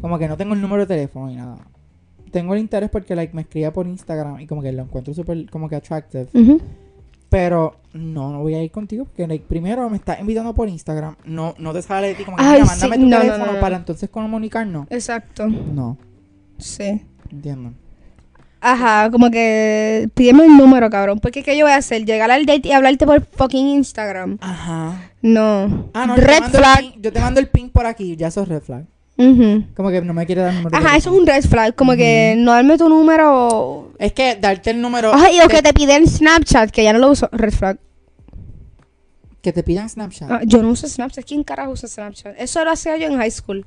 Speaker 2: como que no tengo el número de teléfono ni nada. Tengo el interés porque like me escribía por Instagram y como que lo encuentro súper como que attractive,
Speaker 1: Ujú.
Speaker 2: pero no, no voy a ir contigo porque like, primero me estás invitando por Instagram, no no te sale de ti como que
Speaker 1: Ay,
Speaker 2: mira,
Speaker 1: sí,
Speaker 2: mándame tu
Speaker 1: no, no,
Speaker 2: teléfono
Speaker 1: no, no.
Speaker 2: para entonces comunicarnos.
Speaker 1: Exacto.
Speaker 2: No,
Speaker 1: Sí.
Speaker 2: entiendo.
Speaker 1: Ajá, como que pídeme el número, cabrón. Porque ¿qué yo voy a hacer? Llegar al date y hablarte por fucking Instagram.
Speaker 2: Ajá.
Speaker 1: No.
Speaker 2: Ah, no, yo te
Speaker 1: red
Speaker 2: mando el
Speaker 1: flag.
Speaker 2: pin- yo te mando el ping por aquí, ya eso es red flag.
Speaker 1: Ujú.
Speaker 2: Como que no me quiere dar el número. de
Speaker 1: Ajá, eso
Speaker 2: teléfono.
Speaker 1: es un red flag. Como que no darme tu número.
Speaker 2: Es que darte el número.
Speaker 1: Ajá, y o
Speaker 2: te-
Speaker 1: que te pide el Snapchat, que ya no lo uso. Red flag.
Speaker 2: Que te pidan Snapchat.
Speaker 1: Ah, yo no uso Snapchat. ¿Quién carajo usa Snapchat? Eso lo hacía yo en high school.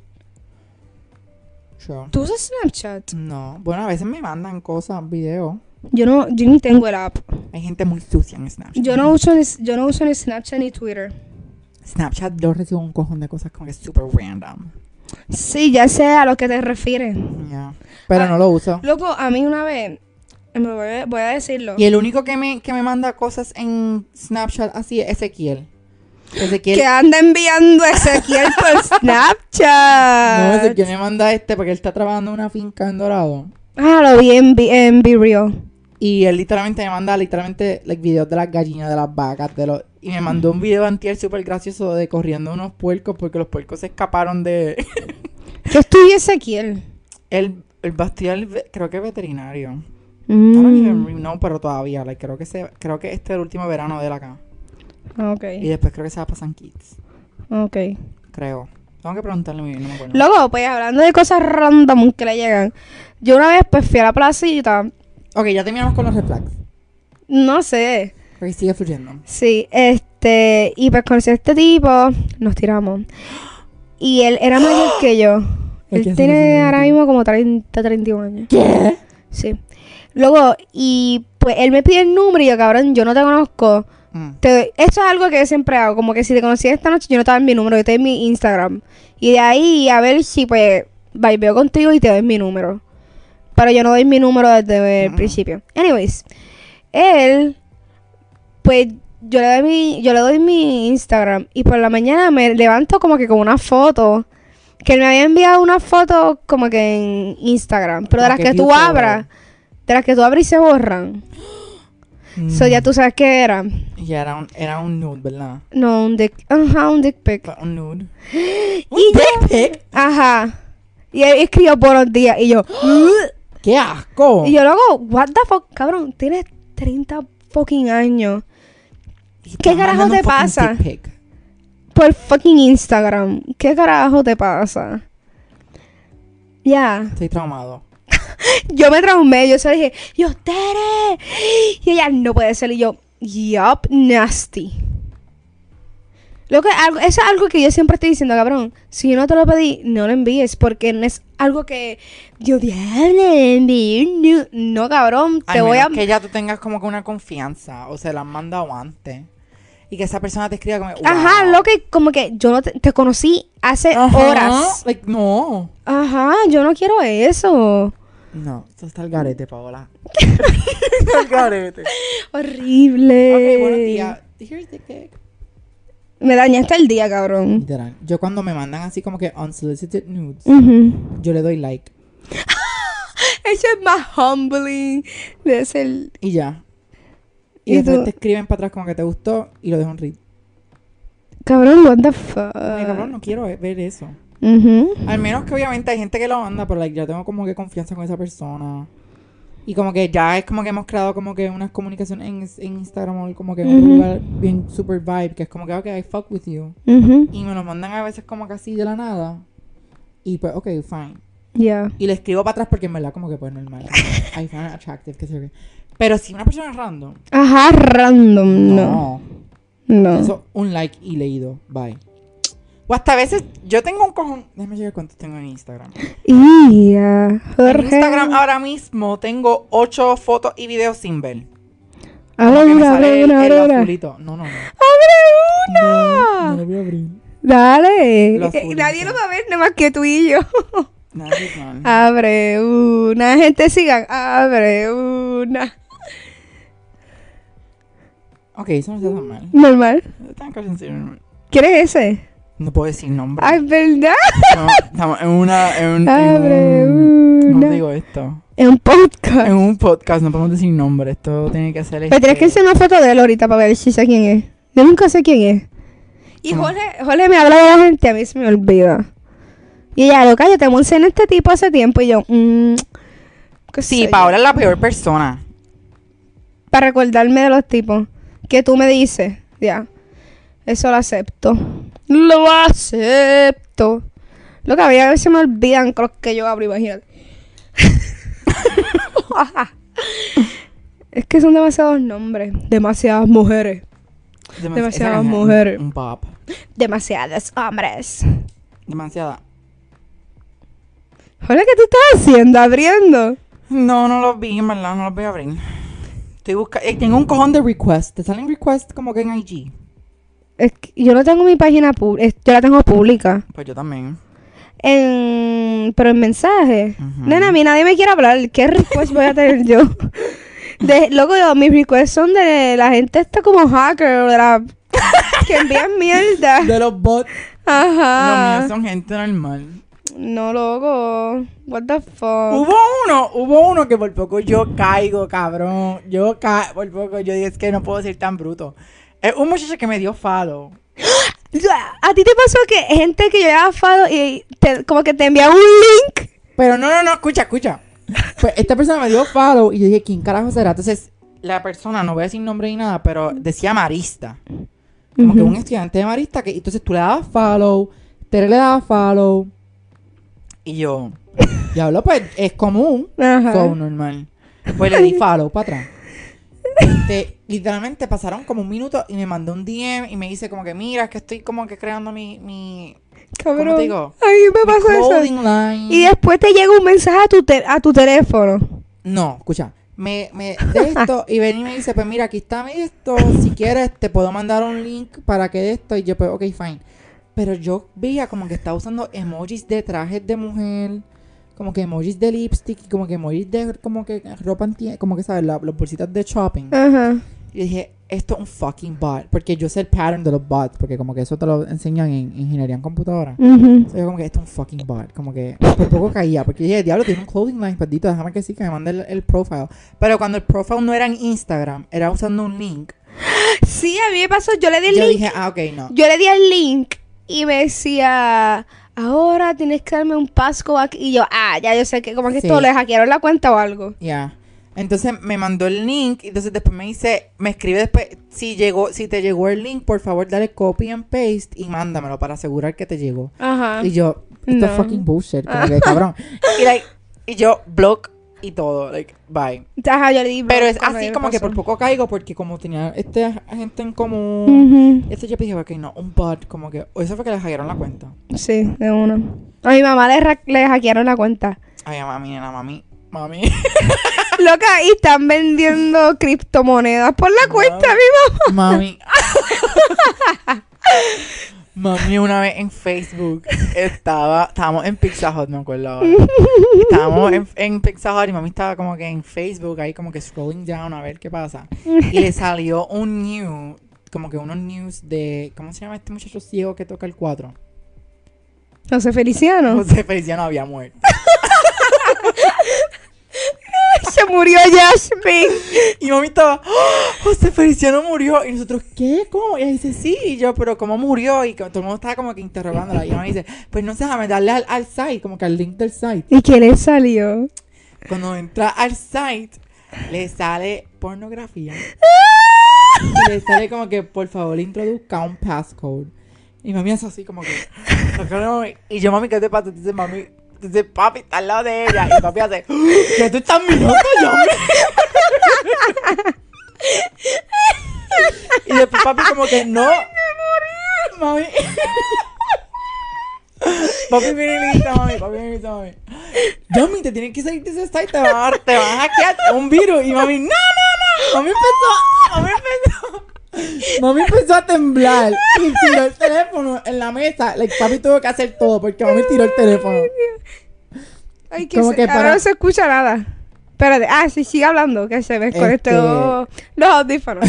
Speaker 2: Sure.
Speaker 1: ¿Tú usas Snapchat?
Speaker 2: No. Bueno, a veces me mandan cosas, videos.
Speaker 1: Yo no, yo ni tengo el app.
Speaker 2: Hay gente muy sucia en Snapchat.
Speaker 1: Yo no uso ni, yo no uso ni Snapchat ni Twitter.
Speaker 2: Snapchat yo recibo un cojón de cosas como que super random.
Speaker 1: Sí, ya sé a lo que te refieres.
Speaker 2: Yeah.
Speaker 1: Ah.
Speaker 2: Pero no lo uso.
Speaker 1: Loco, a mí una vez, me voy a, voy a decirlo.
Speaker 2: Y el único que me, que me manda cosas en Snapchat así es Ezequiel. Ezequiel.
Speaker 1: que anda enviando a Ezequiel por
Speaker 2: No,
Speaker 1: Snapchat.
Speaker 2: Ezequiel me manda este porque él está trabajando en una finca en Dorado.
Speaker 1: ah, lo vi en, Be- en Be Real.
Speaker 2: Y él literalmente me manda literalmente like, videos de las gallinas, de las vacas, de los... Y me mandó un video antier súper gracioso de corriendo unos puercos porque los puercos se escaparon de...
Speaker 1: ¿Qué estudia Ezequiel?
Speaker 2: el, el bastión, creo que veterinario. I don't even
Speaker 1: Mm,
Speaker 2: re- know, pero todavía, like, creo que se, creo que este es el último verano de él acá.
Speaker 1: ok,
Speaker 2: Y después creo que se va a San Kids,
Speaker 1: ok.
Speaker 2: creo. Tengo que preguntarle muy bien, no me acuerdo.
Speaker 1: Luego, pues hablando de cosas random que le llegan. Yo una vez pues fui a la placita,
Speaker 2: Ok, ya terminamos con los red flags.
Speaker 1: no sé,
Speaker 2: Porque sigue fluyendo.
Speaker 1: Sí, este, y pues conocí a este tipo, nos tiramos. Y él era mayor que yo.
Speaker 2: Ay,
Speaker 1: Él
Speaker 2: qué
Speaker 1: tiene
Speaker 2: sensación.
Speaker 1: ahora mismo como 30, 31 años.
Speaker 2: ¿Qué?
Speaker 1: Sí. Luego, y pues él me pide el número y yo, cabrón, yo no te conozco.
Speaker 2: Mm.
Speaker 1: Te doy- esto es algo que yo siempre hago, como que si te conocí esta noche, yo no te doy mi número, yo te doy mi Instagram. Y de ahí a ver si pues vibeo contigo y te doy mi número. Pero yo no doy mi número desde el
Speaker 2: Ah.
Speaker 1: principio. Anyways, él, pues yo le, doy mi, yo le doy mi Instagram y por la mañana me levanto como que con una foto. Que él me había enviado una foto como que en Instagram. Pero de
Speaker 2: Como
Speaker 1: las
Speaker 2: que
Speaker 1: que, tú
Speaker 2: bien
Speaker 1: abras, de las que tú abras y se borran. So ya tú sabes qué era.
Speaker 2: Y era un, era un nude, ¿verdad?
Speaker 1: No, un dick, ajá, un dick pic.
Speaker 2: Fue Un nude.
Speaker 1: Y yo- Ajá. Y él escribió buenos días. Y yo, "Ugh".
Speaker 2: ¡Qué asco!
Speaker 1: y yo luego, what the fuck, cabrón, tienes 30 fucking años.
Speaker 2: Y
Speaker 1: ¿qué
Speaker 2: estás
Speaker 1: carajo
Speaker 2: mandando
Speaker 1: te
Speaker 2: un fucking
Speaker 1: pasa?
Speaker 2: dick pic.
Speaker 1: Por fucking Instagram. ¿Qué carajo te pasa? Ya.
Speaker 2: Estoy traumado.
Speaker 1: Yo me traumé. Yo se lo dije, yo, Tere. Y ella, no puede ser. Y yo, yup, nasty. Lo que, algo, eso es algo que yo siempre estoy diciendo, cabrón. Si yo no te lo pedí, no lo envíes. Porque no es algo que yo diablo, envié un nude". No, cabrón. Te
Speaker 2: Al
Speaker 1: voy a.
Speaker 2: menos que ya tú tengas como que una confianza o se la han mandado antes. Y que esa persona te escriba como...
Speaker 1: Ajá,
Speaker 2: "Wow".
Speaker 1: lo que como que yo no te, te conocí hace
Speaker 2: Ajá,
Speaker 1: horas.
Speaker 2: like, no.
Speaker 1: Ajá, yo no quiero eso.
Speaker 2: No, esto está el garete, Paola. está el garete.
Speaker 1: Horrible.
Speaker 2: Ok, buenos días. Here's the cake.
Speaker 1: Me dañaste el día, cabrón.
Speaker 2: Literal. Yo cuando me mandan así como que unsolicited nudes,
Speaker 1: Ujú.
Speaker 2: yo le doy like.
Speaker 1: Eso es más humbling de ser.
Speaker 2: Y ya. Y,
Speaker 1: ¿Y
Speaker 2: después
Speaker 1: tú?
Speaker 2: te escriben para atrás como que te gustó y lo dejo en read.
Speaker 1: Cabrón, what the fuck.
Speaker 2: Ay, cabrón, no quiero eh, ver eso.
Speaker 1: Ujú.
Speaker 2: Al menos que obviamente hay gente que lo manda, pero like, yo tengo como que confianza con esa persona. Y como que ya es como que hemos creado como que unas comunicaciones en, en Instagram o como que en un
Speaker 1: Ujú.
Speaker 2: lugar bien super vibe, que es como que, ok, I fuck with you.
Speaker 1: Ujú.
Speaker 2: Y me lo mandan a veces como que así de la nada. Y pues, ok, fine.
Speaker 1: Ya.
Speaker 2: Y le escribo para atrás porque en verdad como que pues normal. I find it attractive, que se ve. Pero si una persona es random.
Speaker 1: Ajá, random. No.
Speaker 2: No.
Speaker 1: No.
Speaker 2: Eso, un like y leído. Bye. O hasta a veces, yo tengo un cojón. Déjame ver cuántos tengo en Instagram.
Speaker 1: Ya. Jorge.
Speaker 2: En Instagram ah, ahora mismo tengo ocho fotos y videos sin ver. Como
Speaker 1: Abre
Speaker 2: que me
Speaker 1: una,
Speaker 2: sale
Speaker 1: abre
Speaker 2: el-
Speaker 1: una,
Speaker 2: el
Speaker 1: abre una.
Speaker 2: azulito. No, no, no.
Speaker 1: ¡Abre una!
Speaker 2: lo voy a abrir.
Speaker 1: Dale.
Speaker 2: Lo azul,
Speaker 1: Eh, Nadie
Speaker 2: sí.
Speaker 1: lo va a ver nada más que tú y yo.
Speaker 2: Nada, es mal.
Speaker 1: Ah. abre una. Gente, sigan. Abre una.
Speaker 2: Ok, eso no está tan mal.
Speaker 1: Normal.
Speaker 2: Está casi en serio.
Speaker 1: ¿Quieres ese?
Speaker 2: No puedo decir nombre.
Speaker 1: Ay, ¿verdad?
Speaker 2: No, estamos en una. En un, en
Speaker 1: Abre
Speaker 2: un- ¿Cómo
Speaker 1: una.
Speaker 2: digo esto?
Speaker 1: Es un podcast.
Speaker 2: En un podcast no podemos decir nombre. Esto tiene que ser.
Speaker 1: Pero tienes que
Speaker 2: este-
Speaker 1: hacer una foto de él ahorita para ver si sé quién es. Yo nunca sé quién es. Ah. Y
Speaker 2: ¿Cómo?
Speaker 1: Jorge, Jorge me habla de la gente, a mí se me olvida. Y ella, loca, yo te mencioné a este tipo hace tiempo y yo, mmm,
Speaker 2: Sí, Paola es la peor persona.
Speaker 1: Para recordarme de los tipos que tú me dices, ya. Eso lo acepto. Lo acepto. Lo que a veces se me olvidan con los que yo hablo, imagínate. es que son demasiados nombres, demasiadas mujeres.
Speaker 2: Demasi-
Speaker 1: Demasiadas
Speaker 2: esa canción es un-
Speaker 1: mujeres.
Speaker 2: Un pop.
Speaker 1: demasiados hombres.
Speaker 2: Demasiada.
Speaker 1: Hola, ¿qué tú estás haciendo? Abriendo.
Speaker 2: No, no los vi, en verdad, no los voy a abrir. Estoy buscando. tengo un cojón de requests. Te salen requests como que en IG.
Speaker 1: Es que yo no tengo mi página pública. Yo la tengo pública.
Speaker 2: Pues yo también.
Speaker 1: En... Pero en mensaje.
Speaker 2: Ujú.
Speaker 1: Nena, a mí nadie me quiere hablar. ¿Qué request voy a tener yo? De, loco, yo, mis requests son de la gente está como hacker. o De la... que envían mierda.
Speaker 2: De los bots. Los míos
Speaker 1: Ajá.
Speaker 2: son gente normal.
Speaker 1: No, loco. What the fuck.
Speaker 2: Hubo uno, hubo uno que por poco yo caigo, cabrón. Yo caigo, por poco yo digo, es que no puedo ser tan bruto. Es un muchacho que me dio falo.
Speaker 1: ¿A ti te pasó que gente que yo ya fado y te- como que te envía un link?
Speaker 2: Pero no, no, no, escucha, escucha. Pues esta persona me dio follow y yo dije, ¿quién carajo será? Entonces, la persona, no voy a decir nombre ni nada, pero decía Marista. Como que un estudiante de Marista que entonces tú le dabas follow, Tere le daba follow. Y yo, diablo, pues es común,
Speaker 1: Ajá.
Speaker 2: so normal. Pues le di follow para atrás. Este, literalmente pasaron como un minuto y me mandó un DM y me dice como que mira, es que estoy como que creando mi, mi
Speaker 1: Cabrón.
Speaker 2: ¿Cómo te digo?
Speaker 1: A mí me pasó eso.
Speaker 2: clothing line.
Speaker 1: Y después te llega un mensaje a tu, te- a tu teléfono.
Speaker 2: No, escucha. Me, me de esto y ven y me dice, pues mira, aquí está mi esto, si quieres te puedo mandar un link para que de esto y yo pues, ok, fine. Pero yo veía como que estaba usando emojis de trajes de mujer, como que emojis de lipstick, y como que emojis de como que ropa anti- como que sabes, La- las bolsitas de shopping.
Speaker 1: Ajá.
Speaker 2: Y dije, esto es un fucking bot. Porque yo sé el pattern de los bots, porque como que eso te lo enseñan en ingeniería en computadora.
Speaker 1: Ujú.
Speaker 2: So, yo como que esto es un fucking bot. Como que por poco caía. Porque dije, diablo, tiene un clothing line, perdito. Déjame que sí, que me mande el, el profile. Pero cuando el profile no era en Instagram, era usando un link.
Speaker 1: Sí, a mí me pasó, yo le di el
Speaker 2: Yo
Speaker 1: link.
Speaker 2: dije, ah, ok, no.
Speaker 1: Yo le di el link y me decía, ahora tienes que darme un pasco aquí. Y yo, ah, ya yo sé que como que
Speaker 2: Sí.
Speaker 1: esto le hackearon la cuenta o algo.
Speaker 2: Ya. Entonces me mandó el link. y Entonces después me dice, me escribe después, si llegó, si te llegó el link, por favor dale copy and paste y mándamelo para asegurar que te llegó.
Speaker 1: Ajá.
Speaker 2: Y yo, esto es
Speaker 1: No.
Speaker 2: fucking bullshit, como que cabrón. Ah. Y, like, y yo, block y todo, like, bye.
Speaker 1: Ajá, yo le di.
Speaker 2: Pero es
Speaker 1: bronca,
Speaker 2: así
Speaker 1: me
Speaker 2: como que
Speaker 1: pasó.
Speaker 2: por poco caigo porque como tenía este gente en común.
Speaker 1: Ujú.
Speaker 2: Esto yo dije, ok, no, un bot, como que, o eso fue que le hackearon la cuenta.
Speaker 1: Sí, de uno. A mi mamá le, ra- le hackearon la cuenta.
Speaker 2: Ay, a mami, nena, mami, mami.
Speaker 1: Loca, y están vendiendo criptomonedas por la cuenta, mi mamá.
Speaker 2: Mami. Mami, una vez en Facebook estaba, estábamos en Pizza Hut, me acuerdo ahora. Estábamos en, en Pizza Hut y mami estaba como que en Facebook ahí como que scrolling down a ver qué pasa. Y le salió un new, como que unos news de, ¿cómo se llama este muchacho ciego que toca el 4?
Speaker 1: José Feliciano.
Speaker 2: José Feliciano había muerto.
Speaker 1: Se murió Jasmine.
Speaker 2: Y mami estaba, ¡Ah! José Feliciano murió. Y nosotros, ¿qué? ¿Cómo? Y ella dice, sí. Y yo, pero ¿cómo murió? Y que todo el mundo estaba como que interrogándola. Y mami dice, pues no sé, déjame darle al, al site, como que al link del site.
Speaker 1: ¿Y qué le salió?
Speaker 2: Cuando entra al site, le sale pornografía. Y le sale como que, por favor, introduzca un passcode. Y mami hace así como que, "Sacaron". y yo, mami, ¿qué te pasa? Dice, mami, dice, papi, está al lado de ella. Y papi hace, ¿qué tú estás mirando, yo? Y después papi como que, no. Me morí. Mami. Papi viene y le grita a mami, papi viene y le grita a mami. Yami, te tienes que salir de ese site, te van a, te van a hackear un virus. Y mami, no, no, no. Mami empezó, mami empezó. Mami empezó a temblar y tiró el teléfono en la mesa. Like, papi tuvo que hacer todo porque mami tiró el teléfono.
Speaker 1: Ay, que,
Speaker 2: Como
Speaker 1: se-
Speaker 2: que
Speaker 1: ahora
Speaker 2: para-
Speaker 1: no se escucha nada. Espérate, ah, sí, sigue hablando, que se desconectó los audífonos.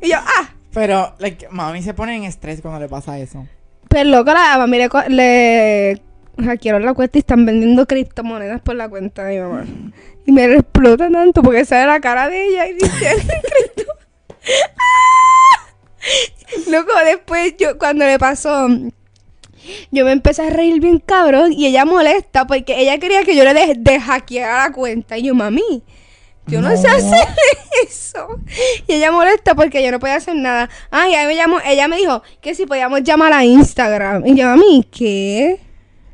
Speaker 1: y yo, ah,
Speaker 2: Pero, like, mami se pone en estrés cuando le pasa eso.
Speaker 1: pero Pues loco, la mamá le, co- le hackearon la cuenta y están vendiendo criptomonedas por la cuenta de mi mamá. Y me lo explota tanto porque sale la cara de ella y dice, cripto. Loco, después yo, cuando le pasó, yo me empecé a reír bien cabrón y ella molesta porque ella quería que yo le de, de hackeara la cuenta. Y yo, mami, yo no, sé
Speaker 2: No.
Speaker 1: hacer eso. Y ella molesta porque yo no podía hacer nada. Ah, y ahí me llamó, ella me dijo que si podíamos llamar a Instagram. Y yo, mami, ¿qué?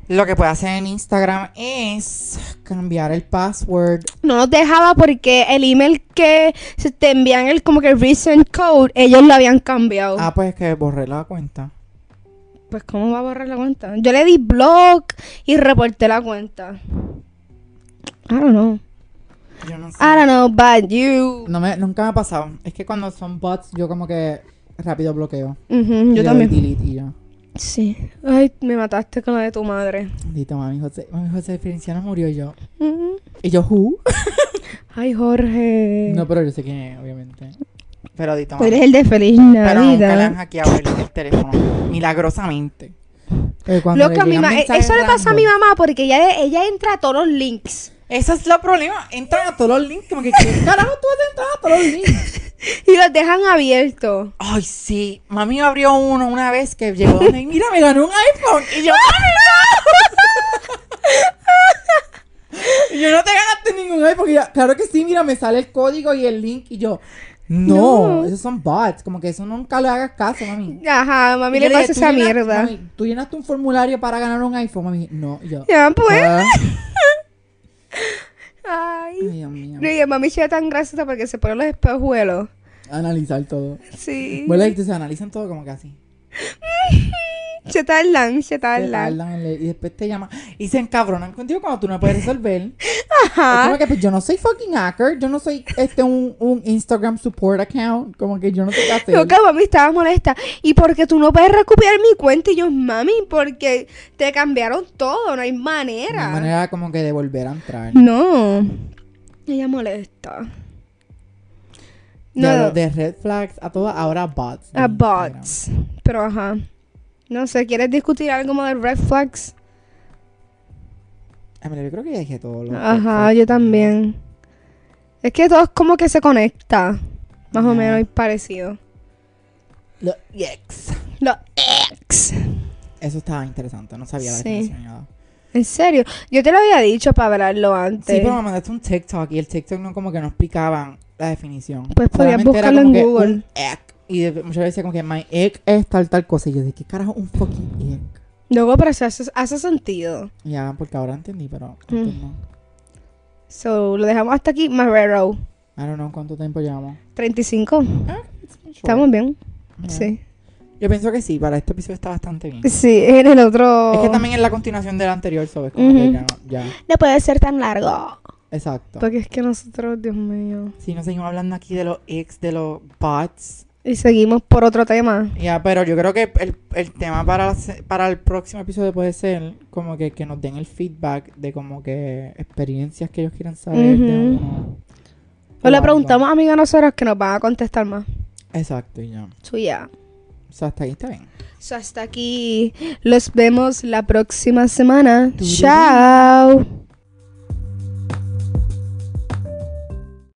Speaker 2: Lo que puede hacer en Instagram es cambiar el password.
Speaker 1: No nos dejaba porque el email que se te envían el como que el recent code, ellos lo habían cambiado.
Speaker 2: Ah, pues que borré la cuenta.
Speaker 1: Pues, ¿cómo va a borrar la cuenta? Yo le di blog y reporté la cuenta. I don't know.
Speaker 2: Yo no sé.
Speaker 1: I don't know about you.
Speaker 2: No me, nunca me ha pasado. Es que cuando son bots, yo como que rápido bloqueo.
Speaker 1: Ujú,
Speaker 2: Y
Speaker 1: yo
Speaker 2: le doy
Speaker 1: también.
Speaker 2: delete y ya.
Speaker 1: Sí. Ay, me mataste con la de tu madre.
Speaker 2: Dito, mami José, mami José Feliciano murió y yo.
Speaker 1: Mm.
Speaker 2: ¿Y yo who?
Speaker 1: Ay, Jorge.
Speaker 2: No, pero yo sé quién es, obviamente. Pero Dito,
Speaker 1: Tú
Speaker 2: mami.
Speaker 1: eres el ¿eh? de Feliz
Speaker 2: Pero nunca le
Speaker 1: Navidad.
Speaker 2: han hackeado el, el teléfono. Milagrosamente.
Speaker 1: Loca, mi ma- eh, eso le pasa a mi mamá porque ella, ella entra a todos los links.
Speaker 2: Eso es lo problema. Entran a todos los links. Como que, ¿qué carajo tú has entrado a todos los links?
Speaker 1: Y los dejan abiertos.
Speaker 2: Ay, sí. Mami abrió uno una vez que llegó donde, y mira, me ganó un iPhone. Y yo, Y yo no te ganaste ningún iPhone. Y ella, claro que sí, mira, me sale el código y el link. Y yo, no,
Speaker 1: No.
Speaker 2: esos son bots. Como que eso nunca le hagas caso, mami.
Speaker 1: Ajá, mami
Speaker 2: Y
Speaker 1: le
Speaker 2: yo dije,
Speaker 1: pasa
Speaker 2: "¿Tú
Speaker 1: esa
Speaker 2: llenaste-
Speaker 1: mierda.
Speaker 2: mami, Tú llenaste un formulario para ganar un iPhone, mami. No, y yo.
Speaker 1: Ya, pues.
Speaker 2: "Ah". Ay,
Speaker 1: Ay.
Speaker 2: Dios mío.
Speaker 1: Oye, mami se ve tan graciosa porque se pone los espejuelos.
Speaker 2: Analizar todo.
Speaker 1: Sí.
Speaker 2: Bueno, y se analizan todo como que así.
Speaker 1: Se tardan, se
Speaker 2: Te
Speaker 1: tardan.
Speaker 2: tardan en leer, y después te llaman. Y se encabronan contigo cuando tú no puedes resolver. Es
Speaker 1: Ajá.
Speaker 2: como que, pues, yo no soy fucking hacker. Yo no soy este un, un Instagram support account. Como que yo no sé qué hacer.
Speaker 1: Yo que mami estaba molesta. ¿Y porque tú no puedes recuperar mi cuenta? Y yo, mami, porque te cambiaron todo, no hay manera.
Speaker 2: Una manera como que de volver a entrar.
Speaker 1: No. Ella molesta. No,
Speaker 2: Diablo,
Speaker 1: no.
Speaker 2: de red flags a todas, ahora bots. de
Speaker 1: A
Speaker 2: Instagram.
Speaker 1: bots. Pero ajá. No sé, ¿quieres discutir algo como de red flags?
Speaker 2: Ay, mira, yo creo que ya dije todo. lo-
Speaker 1: Ajá, yo también. Es que todo es como que se conecta. Más o
Speaker 2: Ajá.
Speaker 1: menos es parecido.
Speaker 2: Lo- yex.
Speaker 1: Los ex.
Speaker 2: Eso estaba interesante, no sabía la
Speaker 1: Sí.
Speaker 2: definición ni nada.
Speaker 1: En serio. Yo te lo había dicho para hablarlo antes.
Speaker 2: Sí, pero me mandaste un TikTok y el TikTok no como que no explicaban la definición.
Speaker 1: Pues podías
Speaker 2: Solamente era
Speaker 1: buscarlo en
Speaker 2: como que
Speaker 1: Google.
Speaker 2: un egg. Y de- muchas veces decía como que my egg es tal tal cosa. Y yo de qué carajo un fucking egg.
Speaker 1: Luego, pero eso hace, hace sentido.
Speaker 2: Ya, porque ahora entendí, pero
Speaker 1: Mm.
Speaker 2: antes no.
Speaker 1: So, lo dejamos hasta aquí. Marrero.
Speaker 2: I don't know cuánto tiempo llevamos.
Speaker 1: 35.
Speaker 2: Ah, pues.
Speaker 1: Estamos bien. Sí.
Speaker 2: Yo pienso que sí, para este episodio está bastante bien.
Speaker 1: Sí, en el otro.
Speaker 2: Es que también es la continuación del anterior, ¿sabes? Como que
Speaker 1: Ujú.
Speaker 2: ya, no- ya.
Speaker 1: No puede ser tan largo.
Speaker 2: Exacto.
Speaker 1: Porque es que nosotros, Dios mío.
Speaker 2: Si no seguimos hablando aquí de los ex, de los bots.
Speaker 1: Y seguimos por otro tema.
Speaker 2: Ya, pero yo creo que el, el tema para, la se- para el próximo episodio puede ser como que, que nos den el feedback de como que experiencias que ellos quieran saber de
Speaker 1: Ujú.
Speaker 2: uno.
Speaker 1: O le
Speaker 2: algo.
Speaker 1: preguntamos a amigos nosotros que nos van a contestar más.
Speaker 2: Exacto, y ya.
Speaker 1: So, yeah.
Speaker 2: O sea, hasta ahí está bien.
Speaker 1: So, hasta aquí. Los vemos la próxima semana.
Speaker 2: Tururú.
Speaker 1: Chao.